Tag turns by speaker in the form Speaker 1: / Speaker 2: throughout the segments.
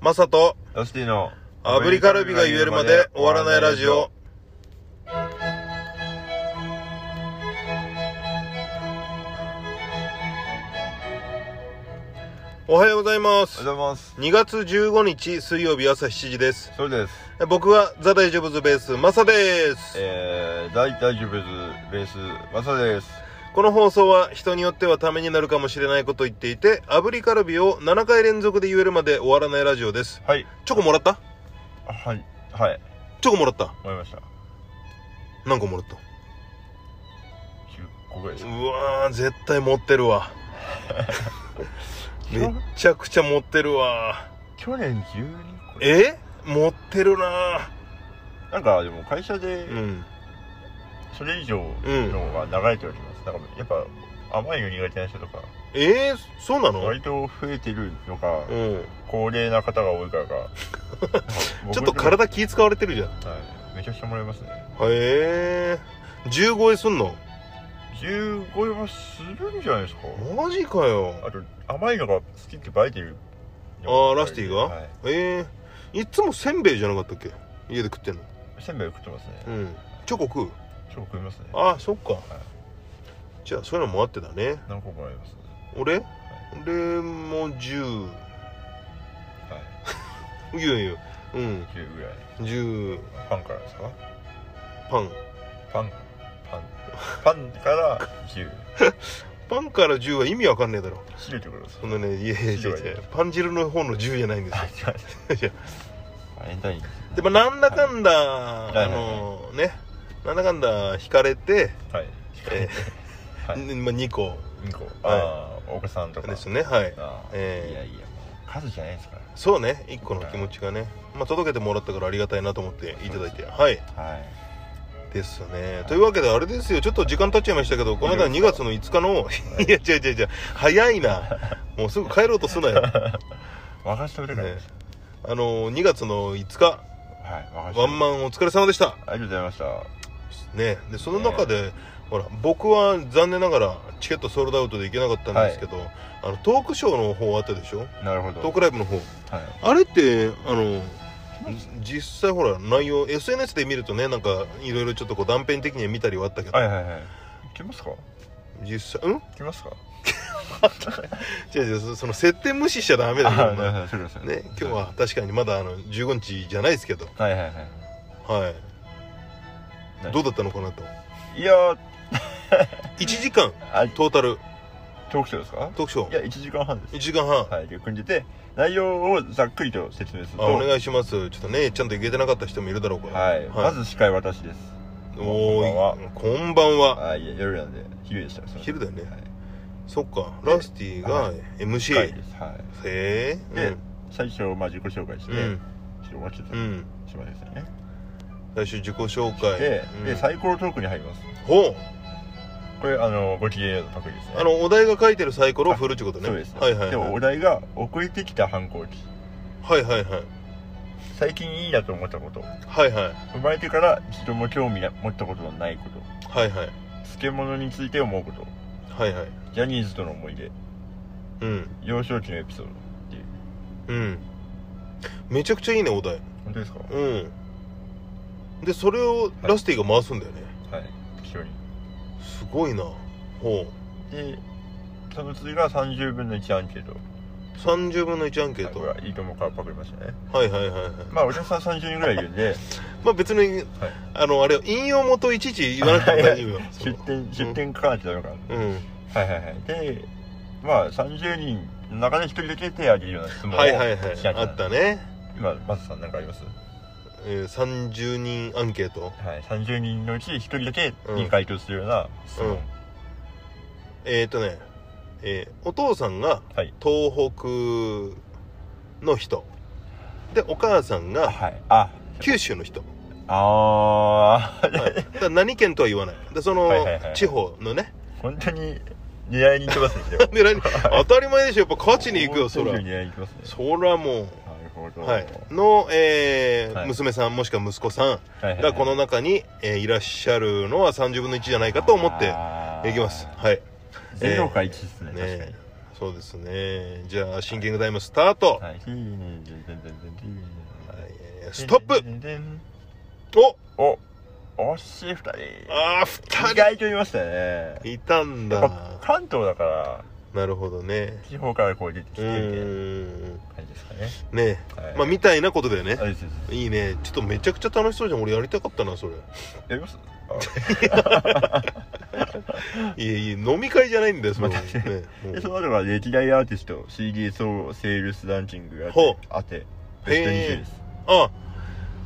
Speaker 1: マサと
Speaker 2: ヨシティの
Speaker 1: 炙りカルビが言えるまで終わらないラジオ。おはようございま
Speaker 2: おは
Speaker 1: す
Speaker 2: ようございます
Speaker 1: 2月15日水曜日朝7時です
Speaker 2: それです
Speaker 1: 僕はザ・大丈夫ズベースマサです
Speaker 2: えー、大体ジュベズベースマサです
Speaker 1: この放送は人によってはためになるかもしれないことを言っていて炙りカルビを7回連続で言えるまで終わらないラジオです
Speaker 2: はい
Speaker 1: チョコもらった
Speaker 2: はいはい
Speaker 1: チョコもらった
Speaker 2: 終わりました
Speaker 1: 何個もらった
Speaker 2: 9個ぐらいです
Speaker 1: うわー絶対持ってるわめっちゃくちゃ持ってるわ
Speaker 2: 去年12個
Speaker 1: え持ってるな
Speaker 2: なんかでも会社で
Speaker 1: うん
Speaker 2: それ以上のが流れております、なんかやっぱ甘いの苦手な人とか
Speaker 1: えー、そうなの
Speaker 2: 割と増えてるのか、
Speaker 1: うん
Speaker 2: 高齢な方が多いか らか
Speaker 1: ちょっと体気使われてるじゃんへ
Speaker 2: 僕はいめちゃくちゃもらいますね
Speaker 1: え10超えすんの
Speaker 2: 15円はするんじゃないですか
Speaker 1: マジかよ
Speaker 2: あと甘いのが好きってバイてる
Speaker 1: あーラスティが
Speaker 2: はい
Speaker 1: ええいつもせんべいじゃなかったっけ家で食ってんの
Speaker 2: せんべい食ってますね、
Speaker 1: うんチョコ食う
Speaker 2: 超食いますね
Speaker 1: ああそっかじゃあそういうのもあってだね
Speaker 2: 何個もらいます
Speaker 1: 俺俺も10
Speaker 2: はい
Speaker 1: やいやうん
Speaker 2: 9ぐらい
Speaker 1: 10
Speaker 2: パンからですか
Speaker 1: パン
Speaker 2: パンパンパンから9
Speaker 1: パンから10は意味わかんねえだろ
Speaker 2: 汁ってことです
Speaker 1: そのねいやいやいやいやパン汁の方の10じゃないんですよ
Speaker 2: か
Speaker 1: いや
Speaker 2: バレンタイン
Speaker 1: でもなんだかんだ、
Speaker 2: いはい
Speaker 1: あのねなんだかんだ引かれて、
Speaker 2: はい
Speaker 1: えー
Speaker 2: はい
Speaker 1: んまあ2個
Speaker 2: 2個ああお子さんとか
Speaker 1: ですねはい
Speaker 2: ああい
Speaker 1: ええ
Speaker 2: やいやもう数じゃないですか
Speaker 1: そうね1個の気持ちがね、まあ、届けてもらったからありがたいなと思っていただいてはい
Speaker 2: らはい
Speaker 1: ですねというわけであれですよちょっと時間経っちゃいましたけどこの間2月の5日のいや違う違う違う早いなもうすぐ帰ろうとすな よ
Speaker 2: 任せてくれないです
Speaker 1: あの2月の5日
Speaker 2: はい任せて
Speaker 1: ワンマンお疲れ様でした
Speaker 2: ありがとうございました
Speaker 1: ねでその中で、ほら僕は残念ながらチケットソールドアウトで行けなかったんですけど、あのトークショーの方あったでしょ
Speaker 2: なるほど
Speaker 1: トークライブの方
Speaker 2: はい
Speaker 1: あれってあの実際ほら内容 SNS で見るとねなんかいろいろちょっとこう断片的には見たりはあったけど、
Speaker 2: はいはいはい来ますか
Speaker 1: 実際うん
Speaker 2: 来ますか
Speaker 1: 違う違うそその設定無視しちゃダメだよ
Speaker 2: ああ
Speaker 1: ね
Speaker 2: なるほどそうですね
Speaker 1: ね今日は確かにまだあの15日じゃないですけど
Speaker 2: はいはいはい
Speaker 1: はい
Speaker 2: 何
Speaker 1: どうだったのかなと
Speaker 2: いやー
Speaker 1: 1時間
Speaker 2: あ
Speaker 1: トータル
Speaker 2: トークショーですか
Speaker 1: トークショ
Speaker 2: い
Speaker 1: ー
Speaker 2: や1時間半です
Speaker 1: 1時間半
Speaker 2: はいで組んでて内容をざっくりと説明する
Speaker 1: あ
Speaker 2: と
Speaker 1: お願いしますちょっとねちゃんといけてなかった人もいるだろうから
Speaker 2: はいまず司会私です
Speaker 1: お
Speaker 2: こんばんは
Speaker 1: ーいこんばんは
Speaker 2: あいや夜なんで昼でした
Speaker 1: 昼だよね
Speaker 2: はい
Speaker 1: そっかラスティが
Speaker 2: は
Speaker 1: MC
Speaker 2: はい
Speaker 1: へ
Speaker 2: ですはい
Speaker 1: え
Speaker 2: で最初まあ自己紹介して
Speaker 1: うんうん
Speaker 2: ちょっと待って
Speaker 1: う
Speaker 2: た
Speaker 1: ん
Speaker 2: しまいましたね
Speaker 1: 最初自己紹介
Speaker 2: で
Speaker 1: うん
Speaker 2: でサイコロトークに入ります
Speaker 1: ほう
Speaker 2: これあのご機嫌のパクリですね
Speaker 1: あのお題が書いてるサイコロを振るってことね
Speaker 2: そうです
Speaker 1: はいはい
Speaker 2: で
Speaker 1: はい
Speaker 2: もお題が遅れてきた反抗期
Speaker 1: はいはいはい
Speaker 2: 最近いいなと思ったこと
Speaker 1: はいはい
Speaker 2: 生まれてから一度も興味が持ったことのないこと
Speaker 1: はいはい
Speaker 2: 漬物について思うこと
Speaker 1: はいはい
Speaker 2: ジャニーズとの思い出
Speaker 1: うん
Speaker 2: 幼少期のエピソードっていう
Speaker 1: うんめちゃくちゃいいねお題
Speaker 2: 本当ですか
Speaker 1: うんでそれをラスティが回すんだよね
Speaker 2: はい非常に
Speaker 1: すごいなほう
Speaker 2: でその次が30分の1アンケート
Speaker 1: 30分の1アンケート
Speaker 2: これはいいともからパクりましたね
Speaker 1: はいはいはいはい
Speaker 2: まあお客さん30人ぐらいいるんで
Speaker 1: まあ別に、あのあれよ引用元いちいち 言わなくても大丈夫よ
Speaker 2: 出店出店かなってダメかな
Speaker 1: うん、
Speaker 2: はいはいはいでまあ30人の中で1人だけ手を挙げるような質問を
Speaker 1: はいはいは
Speaker 2: し
Speaker 1: い
Speaker 2: なきゃ
Speaker 1: あったね、
Speaker 2: 今マスさん何かあります
Speaker 1: えー、30人アンケート
Speaker 2: はい30人のうち1人だけに回答するような質問、
Speaker 1: うんえっ、ー、とね、えーお父さんが
Speaker 2: はい
Speaker 1: 東北の人でお母さん
Speaker 2: あ
Speaker 1: が
Speaker 2: はいあ
Speaker 1: 九州の人、は
Speaker 2: あー
Speaker 1: い、だから何県とは言わないでその
Speaker 2: はいはいはい
Speaker 1: 地方のね
Speaker 2: 本当に狙いに行きますねでも
Speaker 1: で何当たり前でしょやっぱ勝ちに行くよそ
Speaker 2: 本当
Speaker 1: ら
Speaker 2: に狙いに行きますね
Speaker 1: そらも
Speaker 2: なるほ
Speaker 1: う、
Speaker 2: ど
Speaker 1: はい、の、えー
Speaker 2: はい
Speaker 1: 娘さんもしくは息子さん
Speaker 2: はい
Speaker 1: がこの中に、えーいらっしゃるのは30分の1じゃないかと思って
Speaker 2: あー
Speaker 1: いきますはい
Speaker 2: 0か1ですね、
Speaker 1: ね
Speaker 2: 確
Speaker 1: そうですねじゃあシンキングタイムスタート、
Speaker 2: はい。
Speaker 1: えーストップお
Speaker 2: お惜しい2人。
Speaker 1: ああ2
Speaker 2: 意外といましたね。
Speaker 1: 人いたん
Speaker 2: やっぱ
Speaker 1: だ
Speaker 2: 関東だから、
Speaker 1: なるほどね
Speaker 2: 地方からこう出てき
Speaker 1: う
Speaker 2: てみたいな
Speaker 1: ーん
Speaker 2: 感じですかね。
Speaker 1: ね
Speaker 2: はい
Speaker 1: まあみたいなことだよね
Speaker 2: あ、いいですいいです
Speaker 1: いいねちょっとめちゃくちゃ楽しそうじゃん俺やりたかったなそれ
Speaker 2: やります
Speaker 1: いえいえ飲み会じゃないんだよその
Speaker 2: まあ確かに
Speaker 1: ねうん
Speaker 2: でその後は歴代アーティスト CD 総セールスランキングがあっ
Speaker 1: ほう
Speaker 2: てあってベスト20です、
Speaker 1: あ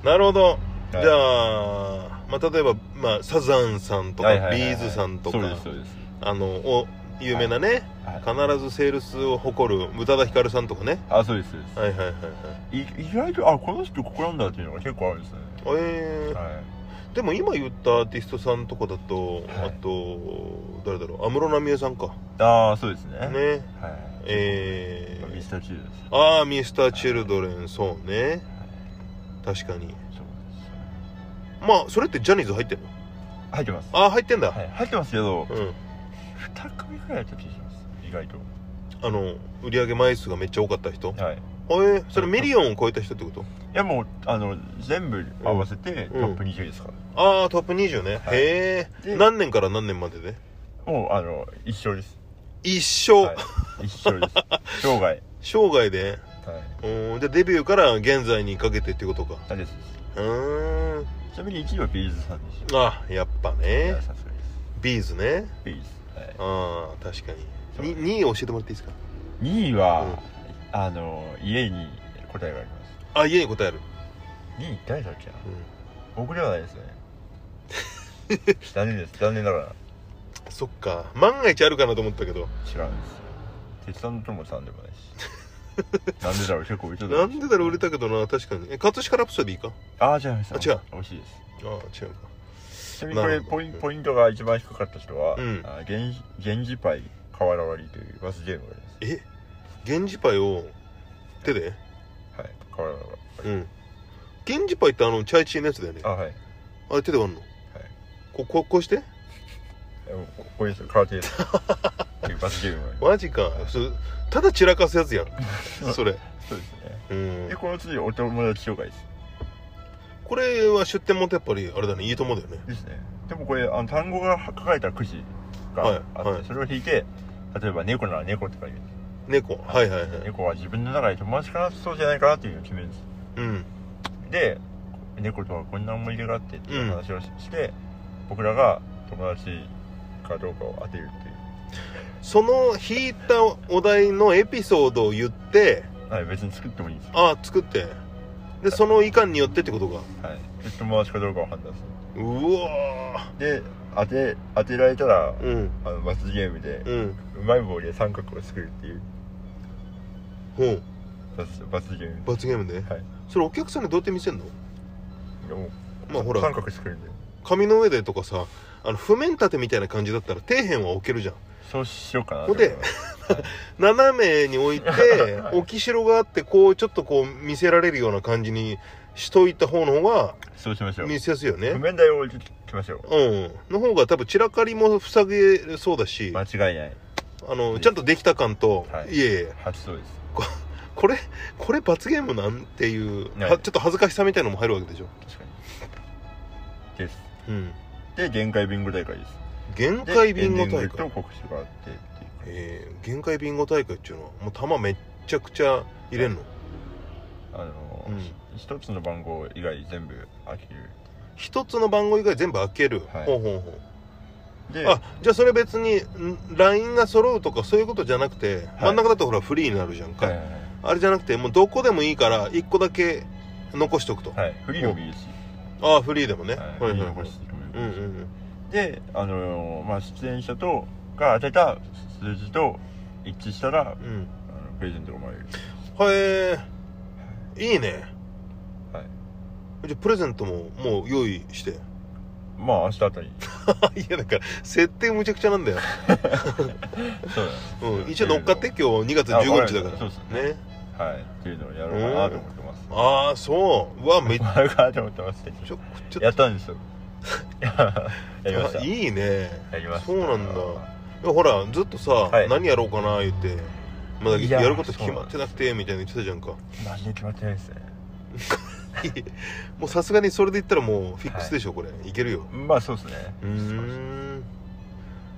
Speaker 1: なるほど、
Speaker 2: はい
Speaker 1: じゃあ、まあ、例えば、まあ、サザンさんとか、
Speaker 2: はいはいはいはい
Speaker 1: ビーズさんとか
Speaker 2: そうですそうです、
Speaker 1: あのお有名なね、
Speaker 2: はい
Speaker 1: 必ずセールスを誇る宇多田ヒカルさんとかね
Speaker 2: あそうですそうです、
Speaker 1: はいはいはいはい
Speaker 2: い、意外とあこの人ここなんだっていうのが結構あるんですね
Speaker 1: えー
Speaker 2: は
Speaker 1: でも今言ったアーティストさんとかだと、
Speaker 2: はい
Speaker 1: あと誰だろう安室奈美恵さんか
Speaker 2: いああそうですね
Speaker 1: ね
Speaker 2: はい
Speaker 1: え
Speaker 2: ミス
Speaker 1: ー、
Speaker 2: ターチルです
Speaker 1: ああミスター・チルドレンそうね確かに
Speaker 2: そうです
Speaker 1: まあそれってジャニーズ入ってるの
Speaker 2: 入ってます
Speaker 1: ああ入ってんだ、
Speaker 2: はい入ってますけど
Speaker 1: うん
Speaker 2: 2組ぐらいやった気がします意外と
Speaker 1: あの売り上げ枚数がめっちゃ多かった人
Speaker 2: はいい
Speaker 1: えー、それミリオンを超えた人ってこと
Speaker 2: やもうあの全部合わせてト
Speaker 1: うん
Speaker 2: ップ20ですから、
Speaker 1: ああトップ20ね、
Speaker 2: はい
Speaker 1: へえ
Speaker 2: で
Speaker 1: 何年から何年までで
Speaker 2: もうあの一生です、
Speaker 1: 一生、
Speaker 2: はい、一生です生涯はいう
Speaker 1: 生涯でうーんじゃあデビューから現在にかけてってことか
Speaker 2: あです
Speaker 1: うーん
Speaker 2: ちなみに1位はビーズさんでした
Speaker 1: あやっぱ
Speaker 2: い
Speaker 1: ね
Speaker 2: やさすがです
Speaker 1: ビーズね
Speaker 2: ビーズ、はい
Speaker 1: ああ確か
Speaker 2: そう
Speaker 1: にに2位教えてもらっていいですか
Speaker 2: 2位は、あの家に答えがあります
Speaker 1: あ家に答える、
Speaker 2: 2位誰だっけな
Speaker 1: うん、
Speaker 2: 僕ではないです ね残念です残念ながら違
Speaker 1: そっか万が一あるかなと思ったけど
Speaker 2: うんですよ鉄さんともさんでもないし なんでだろう結構売れた
Speaker 1: なんでだろう売れたけどな確かにえ葛飾ラプソディか
Speaker 2: ああ違いました
Speaker 1: あ違う
Speaker 2: 美味しいです
Speaker 1: ああ違うか
Speaker 2: ちなみにこ
Speaker 1: な
Speaker 2: れ
Speaker 1: るほど
Speaker 2: ポインポイントが一番低かった人は、
Speaker 1: うん
Speaker 2: あ源氏源氏パイ瓦割りというバスゲームがありま
Speaker 1: え
Speaker 2: す
Speaker 1: 源氏パイを手で
Speaker 2: はい瓦割
Speaker 1: う
Speaker 2: り、
Speaker 1: ん源氏パイってあのチャイチーのやつだよね
Speaker 2: あはい
Speaker 1: あれ手で割るのこここうして
Speaker 2: えもうここにですよ空 手です っていうバスゲームがありま
Speaker 1: マジかそただ散らかすやつやん
Speaker 2: す
Speaker 1: それ
Speaker 2: そうですね
Speaker 1: うん
Speaker 2: でこの次お友達紹介です
Speaker 1: これは出店もってやっぱりあれだねいいともだよね
Speaker 2: ですねでもこれあの単語が書かれたくじ
Speaker 1: はい
Speaker 2: があって、
Speaker 1: はい
Speaker 2: それを引いて例えば猫なら猫とか言うんです
Speaker 1: 猫はいはいはい
Speaker 2: 猫は自分の中で友達かなそうじゃないかなっていうのを決めるんです
Speaker 1: うん
Speaker 2: で猫とはこんな思い出があってっていう話をし,、て僕らが友達かどうかを当てるっていう
Speaker 1: その引いたお題のエピソードを言って
Speaker 2: はい別に作ってもいいんですよ
Speaker 1: ああ作ってでそのいかんによってってことか
Speaker 2: はいで友達かどうかを判断す
Speaker 1: うわ
Speaker 2: るで当て当てられたら、
Speaker 1: ーうん
Speaker 2: あの罰ゲームで、
Speaker 1: うん
Speaker 2: うまい棒で三角を作るっていう
Speaker 1: ほう
Speaker 2: 罰罰ゲーム
Speaker 1: 罰ゲームで、
Speaker 2: はい
Speaker 1: それお客さんにどうやって見せんの
Speaker 2: いやもう
Speaker 1: まあほら
Speaker 2: 三角作るんで
Speaker 1: 紙の上でとかさあの譜面立てみたいな感じだったら底辺は置けるじゃん
Speaker 2: そうしようかな
Speaker 1: ほんで斜めに置いて置きしろがあってこうちょっとこう見せられるような感じにしといた方の方
Speaker 2: そうしましょ
Speaker 1: が
Speaker 2: う
Speaker 1: 見せやすいよ
Speaker 2: 譜
Speaker 1: ね
Speaker 2: 面台を置いてきましょ
Speaker 1: うんの方が多分散らかりも塞げそうだ
Speaker 2: う
Speaker 1: し
Speaker 2: 間違いない
Speaker 1: あのちゃんとできた感と、、
Speaker 2: はいい
Speaker 1: えいえ
Speaker 2: 初そうです
Speaker 1: これこれ罰ゲームなんていう、
Speaker 2: はい
Speaker 1: はちょっと恥ずかしさみたいのも入るわけでしょ
Speaker 2: 確かにです
Speaker 1: うん
Speaker 2: で限界ビンゴ大会です
Speaker 1: 限
Speaker 2: で
Speaker 1: 界ビンゴ
Speaker 2: エンディ
Speaker 1: 大
Speaker 2: ングと
Speaker 1: 会
Speaker 2: 告知があってっていう
Speaker 1: えー、限界ビンゴ大会っていうのはもう玉めっちゃくちゃ入れんの
Speaker 2: あの、
Speaker 1: うん
Speaker 2: ひ一つの番号以外全部開ける
Speaker 1: 一つの番号以外全部開ける、
Speaker 2: はい
Speaker 1: ほうほうほう
Speaker 2: で
Speaker 1: あじゃあそれ別にん LINE が揃うとかそういうことじゃなくて、真ん中だとほらフリーになるじゃんか、
Speaker 2: はいはい
Speaker 1: あれじゃなくてもうどこでもいいから1個だけ残しとくと、
Speaker 2: はいフリーのもいいし、
Speaker 1: ああフリーでもね、
Speaker 2: はい
Speaker 1: は
Speaker 2: フ
Speaker 1: いはい
Speaker 2: リーの
Speaker 1: は
Speaker 2: も
Speaker 1: い
Speaker 2: いいし
Speaker 1: うんうん
Speaker 2: であのーまあ出演者とが当てた数字と一致したら
Speaker 1: うんうん
Speaker 2: あのプレゼントがもらえる
Speaker 1: へえいいね
Speaker 2: はい
Speaker 1: じゃあプレゼントももう用意して い
Speaker 2: まあ明日 あたり
Speaker 1: やだから設定むちゃくちゃなんだよ、
Speaker 2: そうだね
Speaker 1: うん、一応乗っかって今日2月15日だから
Speaker 2: あそうですね
Speaker 1: ね
Speaker 2: はいっていうのをやろうかなと思ってます
Speaker 1: ああそううわめっ
Speaker 2: やろうかなと思ってますけど
Speaker 1: ちゃくちゃ
Speaker 2: やったん ですよやりました
Speaker 1: あいいね
Speaker 2: やりました
Speaker 1: そうなんだいやほらずっとさ、
Speaker 2: はい
Speaker 1: 何やろうかな言ってまだ
Speaker 2: いや
Speaker 1: やること決まってなくてみたいな言ってたじゃんか
Speaker 2: マジで決まってないですね
Speaker 1: もうさすがにそれで言ったらもうフィックスでしょ、これいけるよ
Speaker 2: まあそうですね
Speaker 1: うーん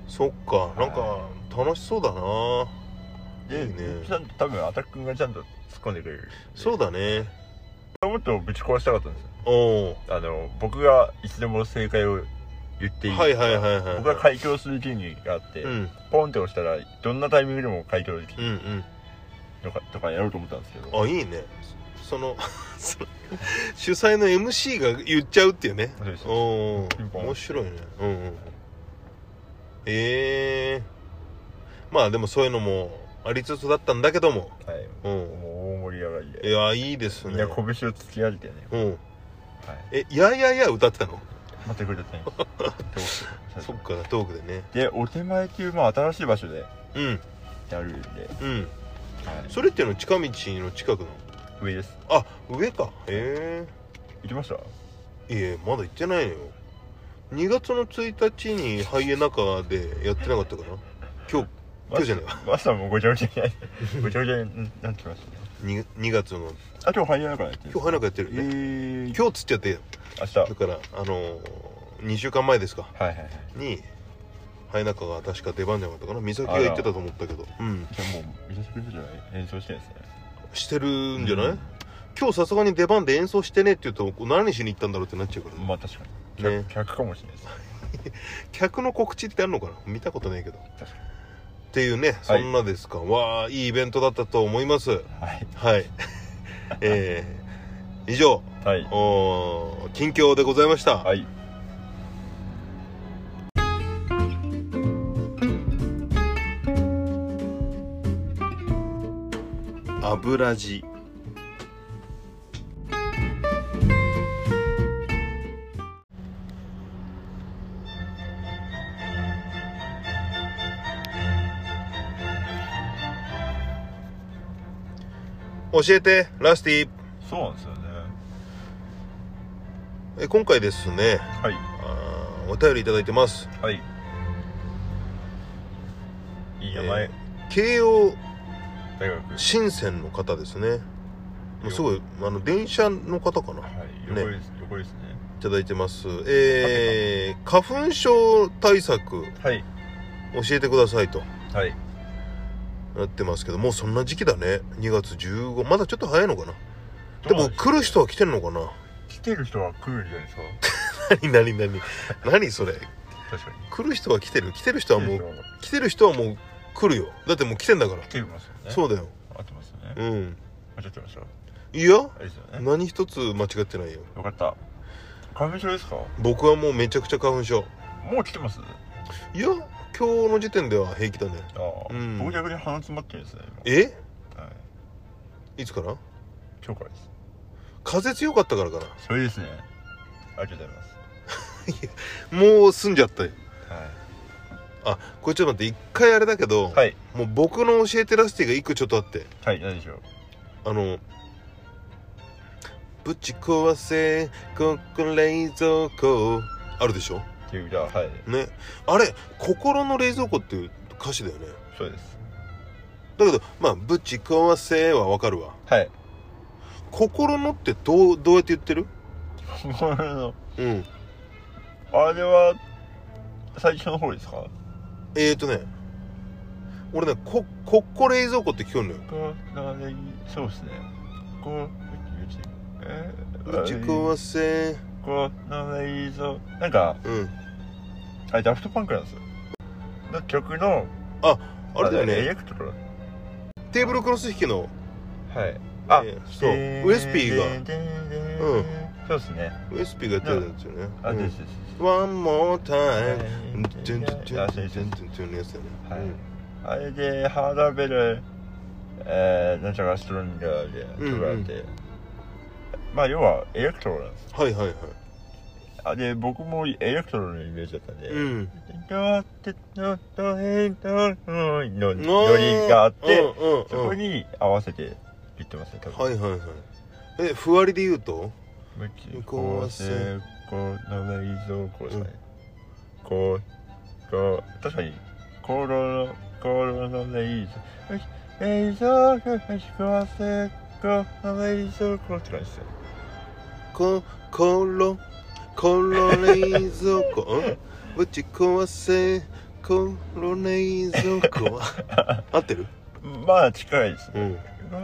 Speaker 1: そっかなんか
Speaker 2: は
Speaker 1: 楽しそうだな、いいね
Speaker 2: でちゃんと多分アタック君がちゃんと突っ込んでくれる
Speaker 1: そうだね
Speaker 2: もっとぶち壊したかったんですよ
Speaker 1: お
Speaker 2: あの僕がいつでも正解を言って
Speaker 1: お
Speaker 2: いい
Speaker 1: はいはいはいはい
Speaker 2: 僕が開胸する権利があって、
Speaker 1: うん
Speaker 2: ポンって押したらどんなタイミングでも開胸でき
Speaker 1: う
Speaker 2: る
Speaker 1: んうん
Speaker 2: とか,、とかやろうと思ったんですけど
Speaker 1: あいいねそ のその主催の MC が言っちゃうっていうね
Speaker 2: そうです
Speaker 1: おお
Speaker 2: ピンポン
Speaker 1: 面白いねうんうんうんええまあでもそういうのもありつつだったんだけども
Speaker 2: はい、
Speaker 1: うん
Speaker 2: もう大盛り上がり
Speaker 1: い
Speaker 2: で
Speaker 1: やいいです
Speaker 2: みん
Speaker 1: ね
Speaker 2: な拳を突き上げてね、
Speaker 1: うん
Speaker 2: はい、
Speaker 1: え「いやいやいや」歌ってたの
Speaker 2: 待ってくれ たね
Speaker 1: そっかトークでね
Speaker 2: でお手前っていうまあ新しい場所で
Speaker 1: うん
Speaker 2: やるんで、
Speaker 1: うん
Speaker 2: は
Speaker 1: それっていうの近道の近くの
Speaker 2: い、上です
Speaker 1: あ上かへ
Speaker 2: 行きました
Speaker 1: えいえまだ行ってないのよ2月の1日にハイエナカでやってなかったかな今日今日じゃないわ
Speaker 2: マスターもうごちゃごちゃになってごちゃごちゃになってましたね
Speaker 1: 2, 2月の
Speaker 2: あ今日入らなくなって
Speaker 1: 今日ハイエナカやってるよね
Speaker 2: えー、
Speaker 1: 今日つっちゃって
Speaker 2: 明日
Speaker 1: だからあのー、2週間前ですか
Speaker 2: はいはいはい
Speaker 1: にハイエナカが確か出番じゃなかったかな美咲が言ってたと思ったけどうん
Speaker 2: じゃあもう見させてくれたじゃない演奏してですね
Speaker 1: してるんじゃない、
Speaker 2: うん
Speaker 1: 今日さすがに出番で演奏してねって言うと何しに行ったんだろうってなっちゃうからね、
Speaker 2: まあ確かに
Speaker 1: ね
Speaker 2: 客,、客かもしれないです
Speaker 1: 客の告知ってあるのかな見たことないけど
Speaker 2: 確か
Speaker 1: っていうねそんなですか、わあいいイベントだったと思います
Speaker 2: にはい
Speaker 1: はいえー、以上
Speaker 2: はい
Speaker 1: おー近況でございました、
Speaker 2: はい
Speaker 1: 油地教えてラスティ
Speaker 2: そうなんですよね
Speaker 1: え今回ですね
Speaker 2: はい
Speaker 1: あーお便りいただいてます
Speaker 2: はいいい名前、
Speaker 1: え慶応
Speaker 2: 大学
Speaker 1: 新鮮の方ですねもうすごいあの電車の方かな
Speaker 2: はい横です、横ですね
Speaker 1: いただいてますえー、花粉症対策
Speaker 2: はい
Speaker 1: 教えてくださいと
Speaker 2: はい
Speaker 1: なってますけどもうそんな時期だね2月15まだちょっと早いのかなでも来る人は来てんのかな
Speaker 2: 来てる人は来るんじゃないですか
Speaker 1: 何何何何それ
Speaker 2: 確かに
Speaker 1: 来る人は来てる来てる人はも
Speaker 2: 来て
Speaker 1: う
Speaker 2: る人は
Speaker 1: 来てる人はもう来るよだってもう来てんだから
Speaker 2: 来てますよね
Speaker 1: そううだよ
Speaker 2: 合ってますよね
Speaker 1: うん
Speaker 2: 間違ってました
Speaker 1: いや
Speaker 2: あれですよね
Speaker 1: 何一つ間違ってないよ
Speaker 2: よかった花粉症ですか
Speaker 1: 僕はもうめちゃくちゃ花粉症
Speaker 2: もう来てますあ
Speaker 1: いや今日の時点では平気だね
Speaker 2: あ、
Speaker 1: うん
Speaker 2: 僕逆に鼻詰まってるんですね
Speaker 1: え
Speaker 2: 今はい
Speaker 1: いつから
Speaker 2: 今日からです
Speaker 1: 風強かったからかな
Speaker 2: それですねありがとうございます
Speaker 1: もう済んじゃったよ
Speaker 2: は
Speaker 1: あこれちょっと待って一回あれだけど、
Speaker 2: はい
Speaker 1: もう僕の教えてラスティが一個ちょっとあって
Speaker 2: はい何でしょう
Speaker 1: あの「ぶち壊せここ冷蔵庫」あるでしょ
Speaker 2: っていう歌ははい
Speaker 1: ねあれ「心の冷蔵庫」っていう歌詞だよね
Speaker 2: そうです
Speaker 1: だけどまあ「ぶち壊せ」はわかるわ
Speaker 2: はい
Speaker 1: 「心の」ってどうどうやって言ってる
Speaker 2: この
Speaker 1: うん
Speaker 2: あれは最初の方ですか
Speaker 1: えーとね俺ね「こここ冷蔵庫」って聞こえるのよ
Speaker 2: こうねそうですねこううちえ
Speaker 1: 「
Speaker 2: ー
Speaker 1: ぶち壊せ
Speaker 2: この映像なんか」
Speaker 1: うん
Speaker 2: あれダフトパンクなんですよの曲の
Speaker 1: あれだよ
Speaker 2: エ
Speaker 1: ね
Speaker 2: レクトロ
Speaker 1: テーブルクロス引きの
Speaker 2: はいあ
Speaker 1: えーそうウエスピーが
Speaker 2: うんそうですね
Speaker 1: ウエスピーがやってるやつよね
Speaker 2: あ
Speaker 1: うん
Speaker 2: ですです
Speaker 1: ワンモータイム。
Speaker 2: です
Speaker 1: ジュンジュンジュ
Speaker 2: あ
Speaker 1: ンジ
Speaker 2: そう
Speaker 1: ュ
Speaker 2: で
Speaker 1: ン
Speaker 2: す
Speaker 1: ジ
Speaker 2: そう
Speaker 1: ュン
Speaker 2: です
Speaker 1: ジュンっていうやつだよね。
Speaker 2: はいあれでハーダベルえーなんちゃらストロンガーで
Speaker 1: んうん
Speaker 2: とかあってまあ要はエレクトロなんですよ
Speaker 1: はいはいはい。
Speaker 2: あで僕もエレクトロのイメージだったんで
Speaker 1: うん。
Speaker 2: ドアってドドヘイドロイのノリがあって、
Speaker 1: うんうん
Speaker 2: そこ
Speaker 1: うん。はい
Speaker 2: に合わせて言ってますね多分
Speaker 1: はいはい。え、ふわりで言うと
Speaker 2: 向きこうせこの冷蔵庫ですかねこうこう確かにコロロコロの冷蔵えいそう食わせこあめりそうこって感じですよ
Speaker 1: こ、ころ、ころ冷蔵庫、うんぶち壊せ、ころ冷蔵庫は。合ってる
Speaker 2: まあ近いですね
Speaker 1: うん。
Speaker 2: こ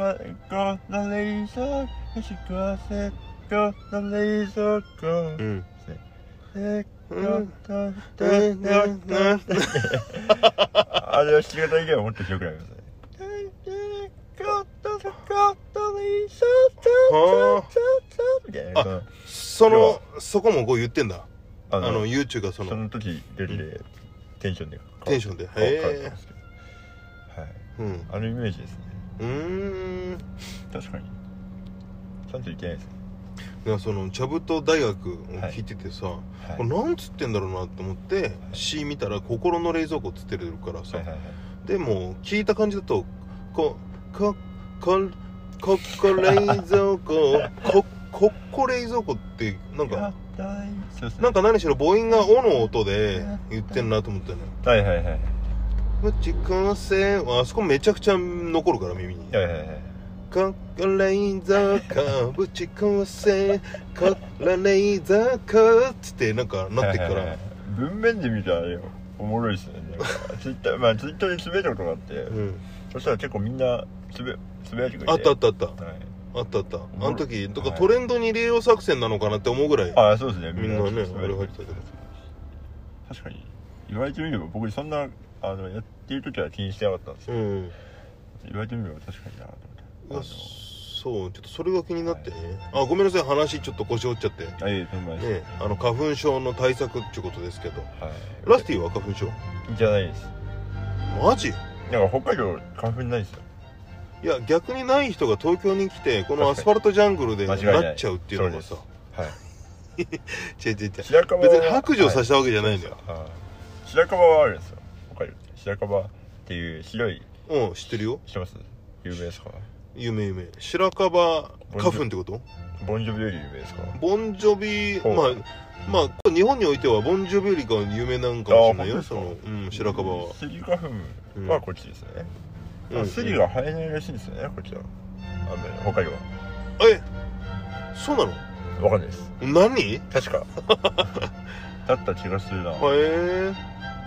Speaker 2: の冷蔵庫食わせこの冷蔵庫
Speaker 1: うん。
Speaker 2: え
Speaker 1: うん
Speaker 2: あれは弾き方以外はもっと広くなりますね。みたいな。
Speaker 1: あその、そこもこう言ってんだ。
Speaker 2: あ
Speaker 1: あの、
Speaker 2: の、
Speaker 1: ゆうちゅうがそ
Speaker 2: そ
Speaker 1: の、
Speaker 2: の時よりで、テンションで。
Speaker 1: テンションで
Speaker 2: 変わ
Speaker 1: へー
Speaker 2: 変わってますけど。はい。
Speaker 1: うん。
Speaker 2: あのイメージですね。
Speaker 1: うーん。
Speaker 2: 確かに。ちゃんといけないですね。
Speaker 1: いや、その、チャブト大学を聞いててさ、
Speaker 2: はい。
Speaker 1: これなんつってんだろうなと思って、
Speaker 2: い
Speaker 1: C 見たら、心の冷蔵庫っつってるからさ、
Speaker 2: はいはいはい。
Speaker 1: でも聞いた感じだとこここここ冷蔵庫 こここ冷蔵庫ってなんか
Speaker 2: そうですね
Speaker 1: なんか何しろ母音が「お」の音で言ってんなと思ったのよ
Speaker 2: はいはいはい。
Speaker 1: 「ぶちかせ」あそこめちゃくちゃ残るから耳に
Speaker 2: はいはいはい。
Speaker 1: 「ここ冷蔵庫ぶちかせ」「こら冷蔵庫」っつってなんかなってっか
Speaker 2: はいはいは
Speaker 1: ら
Speaker 2: い文面で見たらよおもろいですねなんかツイッターまあツイッターでつぶやいたことがあって、
Speaker 1: うん
Speaker 2: そしたら結構みんなつぶつぶやいてくれて
Speaker 1: あったあったあった
Speaker 2: た、はい、
Speaker 1: あったあったあの時とか
Speaker 2: はい
Speaker 1: トレンドに利用作戦なのかなって思うぐらい
Speaker 2: ああそうですね
Speaker 1: みんなねあれ入ってたけど
Speaker 2: 確かに言われてみれば僕そんなあのやってる時は気にしてなかったんです
Speaker 1: う
Speaker 2: よ、
Speaker 1: ん
Speaker 2: 言われてみれば確かになと
Speaker 1: い
Speaker 2: 思
Speaker 1: や
Speaker 2: って
Speaker 1: そうちょっとそれが気になってねあごめんなさい話ちょっと腰折っちゃってね
Speaker 2: あのあいえとんでもない
Speaker 1: え
Speaker 2: です、
Speaker 1: あの花粉症の対策ってことですけど
Speaker 2: はい
Speaker 1: ラスティは花粉症
Speaker 2: じゃないです
Speaker 1: マジい
Speaker 2: なんか北海道花粉ないですよ
Speaker 1: や逆にない人が東京に来てこの
Speaker 2: 確かに
Speaker 1: アスファルトジャングルで
Speaker 2: 間違いない
Speaker 1: なっちゃうっていうのがさ
Speaker 2: そはい
Speaker 1: 違う違う違う
Speaker 2: 白樺
Speaker 1: 別に白状さ
Speaker 2: せ
Speaker 1: せたわけじゃないのよ、
Speaker 2: 白樺はあるんですよ北海道って白樺っていう白い
Speaker 1: うん知ってるよ
Speaker 2: 知ってます有名ですか
Speaker 1: 有名有名白樺花粉ってこと
Speaker 2: ボンジョビより有名ですかあ
Speaker 1: ボンジョビ
Speaker 2: ほう
Speaker 1: まあまあ日本においてはボンジョビよりかは有名なんかもしれない
Speaker 2: あ
Speaker 1: よ
Speaker 2: 本当
Speaker 1: その、うん、白樺は、
Speaker 2: スギ花粉はこっちですね、
Speaker 1: うん
Speaker 2: スギが生えないらしいんですよねこっちはあの北海道は
Speaker 1: えそうなの
Speaker 2: わかんないです
Speaker 1: 何へ
Speaker 2: 確かだった気がするな、
Speaker 1: え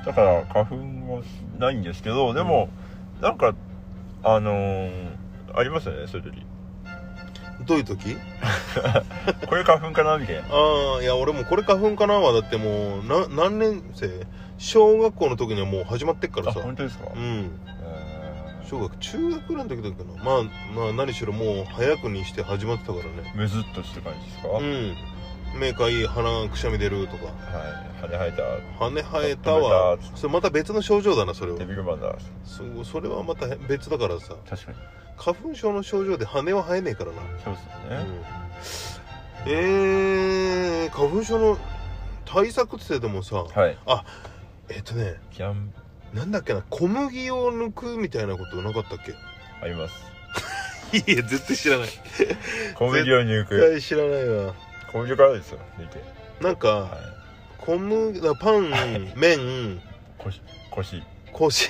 Speaker 2: だから花粉はないんですけどでも、なんかあのーありますよねそういう時
Speaker 1: どういう時
Speaker 2: これ花粉かなみたいな
Speaker 1: ああいや俺もうこれ花粉かなはだってもうな何年生小学校の時にはもう始まってっから
Speaker 2: あ
Speaker 1: さ
Speaker 2: 本当ですか、
Speaker 1: うん
Speaker 2: え
Speaker 1: 小学中学ぐらいの時だったかなまあまあ何しろもう早くにして始まってたからね
Speaker 2: ーむずっとしてる感じですか、
Speaker 1: う
Speaker 2: はい
Speaker 1: ん目かいい鼻くしゃみ出るとか
Speaker 2: 羽生えた
Speaker 1: 羽生えたわ
Speaker 2: 羽生え
Speaker 1: それまた別の症状だなそれは
Speaker 2: デビルマンだ
Speaker 1: そうそれはまた別だからさ
Speaker 2: 確かに
Speaker 1: 花粉症の症状で羽は生えねえからな
Speaker 2: そうですよね、
Speaker 1: えー、花粉症の対策って言ってもさ
Speaker 2: はい
Speaker 1: えっとね
Speaker 2: キャン
Speaker 1: なんだっけな小麦を抜くみたいなことなかったっ
Speaker 2: あります
Speaker 1: けいや 絶対知らない
Speaker 2: 小麦を抜
Speaker 1: 絶
Speaker 2: く
Speaker 1: 対知らないわ
Speaker 2: 小麦からですよ抜いて
Speaker 1: なん
Speaker 2: は
Speaker 1: か
Speaker 2: い
Speaker 1: 小麦だパン
Speaker 2: はい
Speaker 1: 麺
Speaker 2: 腰腰
Speaker 1: コシ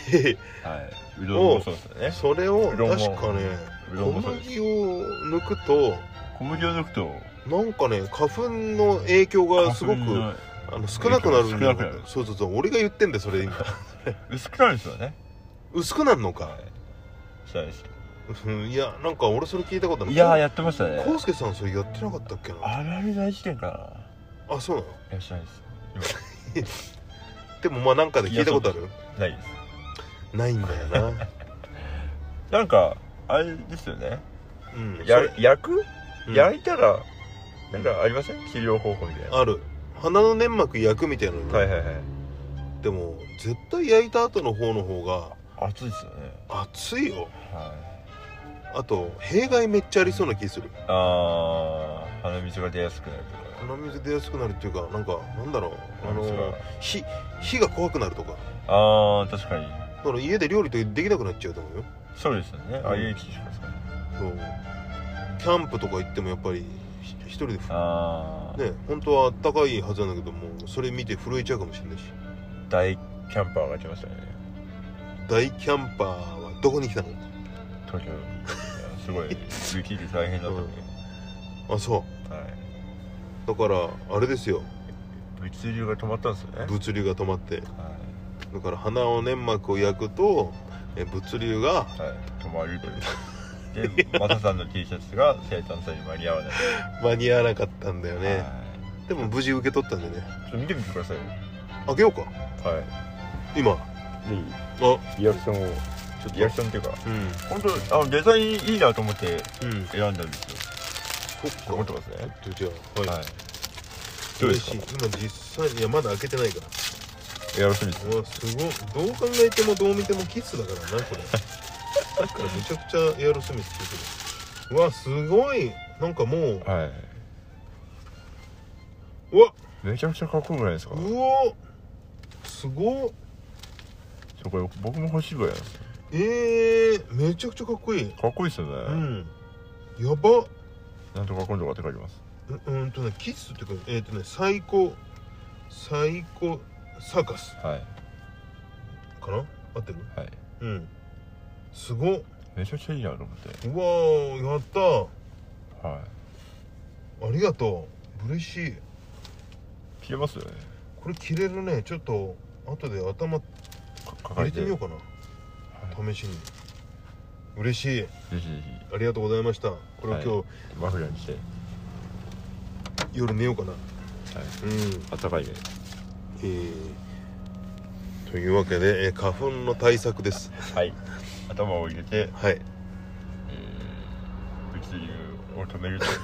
Speaker 2: はいうどんもそうですよね
Speaker 1: それを
Speaker 2: う
Speaker 1: 確
Speaker 2: どんも
Speaker 1: かね
Speaker 2: うど
Speaker 1: 小
Speaker 2: んもそうです
Speaker 1: 麦を抜くと
Speaker 2: 小麦を抜くと
Speaker 1: なんかね花粉の影響がすごく
Speaker 2: 花粉の
Speaker 1: あの少なくなるんだよ
Speaker 2: 少なくなる
Speaker 1: そうそうそう俺が言ってんだよそれ今
Speaker 2: 薄くなるんですよね
Speaker 1: 薄くなるのか
Speaker 2: はいそうです
Speaker 1: うんいやなんか俺それ聞いたことない
Speaker 2: いやーやってましたね
Speaker 1: コウスケさんそれやってなかったっけな
Speaker 2: あるある大事件か
Speaker 1: あそうなの
Speaker 2: ないや知らないです
Speaker 1: でもまあなんかで聞いたことある
Speaker 2: 今ないです
Speaker 1: ないんだよな
Speaker 2: なんかあれですよね
Speaker 1: うん
Speaker 2: や
Speaker 1: それ
Speaker 2: 焼く、
Speaker 1: うん
Speaker 2: 焼いたらなんかありません治療方法みたいな
Speaker 1: ある鼻の粘膜焼くみたいなのね
Speaker 2: はいはいはい
Speaker 1: でも絶対焼いた後の方の方が
Speaker 2: 熱いですよね
Speaker 1: 熱いよ
Speaker 2: はい
Speaker 1: あと弊害めっちゃありそうな気する
Speaker 2: あー鼻水が出やすくなるとか
Speaker 1: 鼻水出やすくなるっていうかなんかなんだろうあ
Speaker 2: 鼻水が
Speaker 1: の火火が怖くなるとか
Speaker 2: あー確かに
Speaker 1: だから家で料理とかできなくなっちゃうと思うよ
Speaker 2: そうですよね
Speaker 1: ん
Speaker 2: IH しか使え
Speaker 1: そ
Speaker 2: ない
Speaker 1: うキャンプとか行ってもやっぱりひ一人でふ
Speaker 2: あー
Speaker 1: ね本当はあったかいはずなんだけどもそれ見て震えちゃうかもしれないし
Speaker 2: 大キャンパーが来ましたね
Speaker 1: 大キャンパーはどこに来たの
Speaker 2: 東 京すごい雪で大変だったんで、
Speaker 1: あそ
Speaker 2: はい、
Speaker 1: うだからあれですよ
Speaker 2: 物流が止まったんですよね、
Speaker 1: 物流が止まって
Speaker 2: はい
Speaker 1: だから鼻を粘膜を焼くとえ物流が
Speaker 2: はい、止まると いう。で、マサさんの T シャツが生誕祭に間に合わない。
Speaker 1: 間に合わなかったんだよね
Speaker 2: は
Speaker 1: でも無事受け取ったんでね
Speaker 2: いちょっと見てみてくださいよ。
Speaker 1: あげようか
Speaker 2: は
Speaker 1: 今
Speaker 2: い。ぜ
Speaker 1: あ
Speaker 2: ひ、リアクションを。
Speaker 1: ちょっと
Speaker 2: リアクションっていうか、
Speaker 1: うん
Speaker 2: 本当あの、デザインいいなと思って
Speaker 1: うん
Speaker 2: 選んだんです
Speaker 1: そ
Speaker 2: よ。
Speaker 1: っ
Speaker 2: ちょっと持ってますね。
Speaker 1: とじゃあはい、
Speaker 2: はい。どうです
Speaker 1: 嬉
Speaker 2: か
Speaker 1: しい今実際にいやまだ開けてないから
Speaker 2: エアロスミス。
Speaker 1: うわすごいどう考えてもどう見てもキスだからなこれさっきからめちゃくちゃエアロスミスついてるうわすごいなんかもう
Speaker 2: は
Speaker 1: うわ
Speaker 2: い。めちゃくちゃかっこよくないですか
Speaker 1: うおすごっ
Speaker 2: そこ僕も欲しいぐらいなんですよ
Speaker 1: えー、めちゃくちゃかっこいい
Speaker 2: かっこいいですよね。
Speaker 1: うんやばっ
Speaker 2: なんとか今度がって書いてます。
Speaker 1: ううんとねキスっていうかえっ、とね最高最高サーカス
Speaker 2: はい。
Speaker 1: かな合ってる
Speaker 2: はい。
Speaker 1: うんすごっ
Speaker 2: めちゃくちゃいいなと思って。
Speaker 1: うわーやったー
Speaker 2: は
Speaker 1: ありがとう嬉しい
Speaker 2: い。消えますよね。
Speaker 1: これ着れるねちょっと後で頭
Speaker 2: か
Speaker 1: 入
Speaker 2: 抱
Speaker 1: れ
Speaker 2: えて。
Speaker 1: てみよう
Speaker 2: ぜ
Speaker 1: かな
Speaker 2: は
Speaker 1: 試しに嬉しい
Speaker 2: ひぜ
Speaker 1: ありがとうございましたこれを今日、
Speaker 2: はひ、マフラーにして。
Speaker 1: 夜寝ようかな
Speaker 2: はい。
Speaker 1: うん
Speaker 2: 暖かいね
Speaker 1: えーというわけで、えー花粉の対策です
Speaker 2: はい頭を入れて、
Speaker 1: はい
Speaker 2: えー、物流を止めるというこ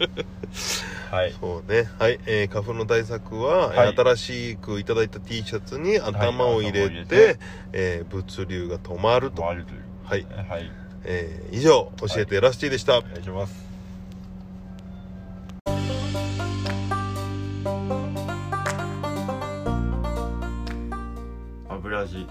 Speaker 2: とです ねはい
Speaker 1: そうねはい、えー花粉の対策は、えー
Speaker 2: はい
Speaker 1: 新しくいただいた T シャツに頭を入れて,、
Speaker 2: 頭を入れて
Speaker 1: えー物流が止まると
Speaker 2: 回るという
Speaker 1: はい、
Speaker 2: はい
Speaker 1: えー以上教えてラスティでした、
Speaker 2: お願いします油味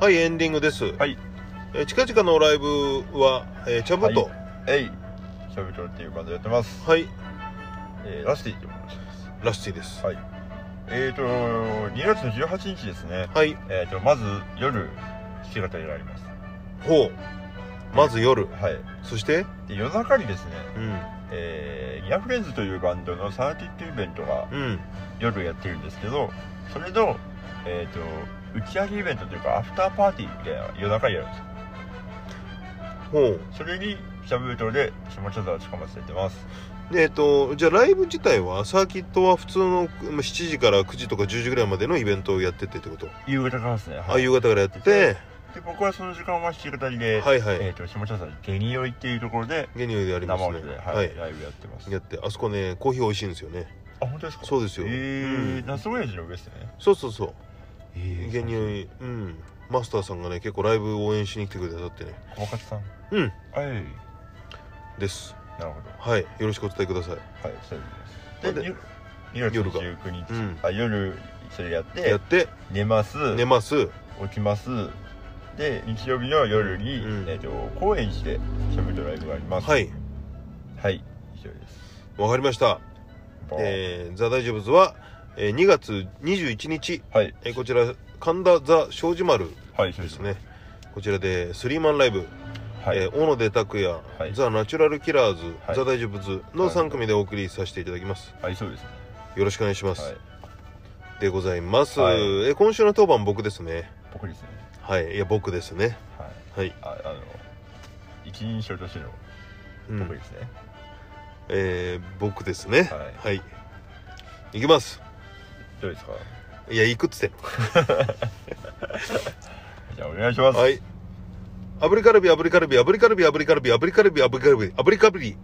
Speaker 1: はいエンディングです、
Speaker 2: はい
Speaker 1: えー近々のライブは、えー、茶布団は
Speaker 2: えいしゃべとっていうバンドやってます、
Speaker 1: い、
Speaker 2: えー、ラスティっていうものです
Speaker 1: ラスティです
Speaker 2: はいえーと2月の18日ですね
Speaker 1: はい
Speaker 2: えーとまず夜弾き語りがあります
Speaker 1: ほうまず夜
Speaker 2: はい
Speaker 1: そして
Speaker 2: で夜中にですね、
Speaker 1: うん
Speaker 2: えー、ニャフレンズというバンドのサーキットイベントが
Speaker 1: うん
Speaker 2: 夜やってるんですけどそれの、えー、と打ち上げイベントというかアフターパーティーみたいな夜中にやるんですよ
Speaker 1: ほう
Speaker 2: それにシャブートで下北沢近松やってます
Speaker 1: でえっとじゃあライブ自体はサーキットは普通のまあ7時から9時とか10時ぐらいまでのイベントをやっててってこと、
Speaker 2: 夕方からですね、
Speaker 1: ああいう方からやってて
Speaker 2: で僕はその時間は弾き語りで、
Speaker 1: はいはい、
Speaker 2: えー、と下北沢ゲニ酔いっていうところで
Speaker 1: ゲニューでやります
Speaker 2: 生
Speaker 1: ね
Speaker 2: 音で、はい
Speaker 1: はい、
Speaker 2: ライブやってます
Speaker 1: やってあそこねコーヒー美味しいんですよね
Speaker 2: あ本当ですか
Speaker 1: そうですよ
Speaker 2: えー
Speaker 1: うん
Speaker 2: 夏親父の上ですね
Speaker 1: そうそうそう
Speaker 2: え
Speaker 1: ゲニューうんマスターさんがね結構ライブ応援しに来てくださってね
Speaker 2: 小勝さん
Speaker 1: うん
Speaker 2: はい
Speaker 1: です
Speaker 2: なるほど
Speaker 1: はいよろしくお伝えください
Speaker 2: はい、そう
Speaker 1: で
Speaker 2: です。で、2月
Speaker 1: 夜が
Speaker 2: 29日、
Speaker 1: うん
Speaker 2: あ夜それやっ
Speaker 1: やってて
Speaker 2: 寝ます、
Speaker 1: 寝ます
Speaker 2: 起きます。で日曜日の夜に、
Speaker 1: うん
Speaker 2: えっ、と公演してシャブドライブがあります。
Speaker 1: はい
Speaker 2: はい、以上です。
Speaker 1: わかりましたえー、ザ・大丈夫ズは、えー2月21日、
Speaker 2: はい
Speaker 1: えーこちら神田ザ・庄司丸
Speaker 2: はい、そ
Speaker 1: で
Speaker 2: うですす
Speaker 1: ねこちらでスリーマンライブ、
Speaker 2: はい、
Speaker 1: えー小野出拓也、
Speaker 2: はい
Speaker 1: ザ・ナチュラル・キラーズ、
Speaker 2: はい
Speaker 1: ザ・大丈夫ズの3組でお送りさせていただきます
Speaker 2: はい、そうです。
Speaker 1: よろしくお願いします、
Speaker 2: はい、
Speaker 1: でございます、
Speaker 2: はい
Speaker 1: えー今週の当番僕ですね
Speaker 2: 僕ですね。
Speaker 1: はいいや僕ですね
Speaker 2: はい、
Speaker 1: はい
Speaker 2: ああの一人称としての
Speaker 1: うん
Speaker 2: 僕ですね。
Speaker 1: えー僕ですね
Speaker 2: はい
Speaker 1: い、行きます
Speaker 2: どうですか。
Speaker 1: いや行くっつってんの
Speaker 2: じゃあお願いします。
Speaker 1: はい。炙りカルビ、炙りカルビ、炙りカルビ、炙りカルビ、炙りカルビ、炙りカルビ、炙りカルビ。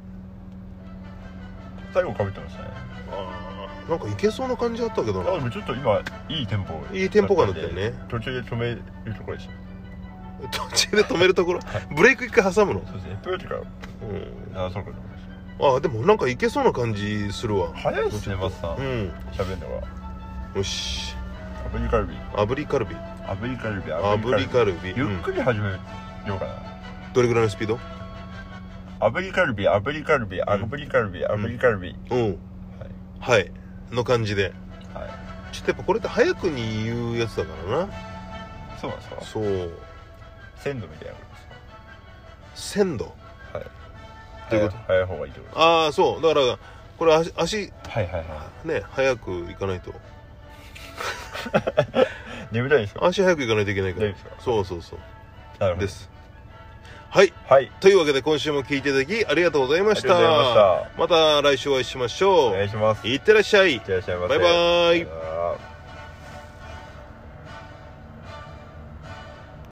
Speaker 2: 最後かぶってましたね。
Speaker 1: あーなんかいけそうな感じあったけど
Speaker 2: あで
Speaker 1: な。
Speaker 2: もちょっと今いいテンポ。
Speaker 1: いいテンポ感だったよね。
Speaker 2: 途中で止めるところでした。
Speaker 1: 途中で止めるところ、ブレイク一回挟むの。
Speaker 2: そうですね。プーとか
Speaker 1: うん、
Speaker 2: あ、そうかと思いまし
Speaker 1: あ、でもなんかいけそうな感じするわ
Speaker 2: た。。早いですね、マスさん
Speaker 1: う。ん。
Speaker 2: 喋るのが。
Speaker 1: よし。
Speaker 2: 炙りカルビ
Speaker 1: 炙りカルビ
Speaker 2: 炙りカルビ
Speaker 1: 炙りカルビ
Speaker 2: ゆっ
Speaker 1: うん
Speaker 2: くり始めようか
Speaker 1: どれぐらいのスピード
Speaker 2: な炙りカルビ炙りカルビ炙りカルビ炙りカルビ
Speaker 1: うんはいの感じで
Speaker 2: はい
Speaker 1: ちょっとやっぱこれって早くに言うやつだからな
Speaker 2: そうなんですか
Speaker 1: そう
Speaker 2: 鮮度みたいなことです
Speaker 1: 鮮度
Speaker 2: かはい
Speaker 1: どういうこと
Speaker 2: 早い早い方がいいってこと
Speaker 1: ああそうだからこれ足足
Speaker 2: ですはいはいは
Speaker 1: ね早く行かないと
Speaker 2: い眠たいんですか
Speaker 1: 足早く行かないといけないか
Speaker 2: 大
Speaker 1: ら
Speaker 2: 丈夫ですか
Speaker 1: そうそうそう
Speaker 2: なるほど
Speaker 1: ですはい
Speaker 2: はい
Speaker 1: というわけで今週も聞いていただきありがとうございました
Speaker 2: ありがとうございま
Speaker 1: また来週お会いしましょ
Speaker 2: お願
Speaker 1: う
Speaker 2: いしますい
Speaker 1: いってらっしゃい
Speaker 2: ってらっしゃいま
Speaker 1: バ
Speaker 2: せ
Speaker 1: イバーイ
Speaker 2: さよなら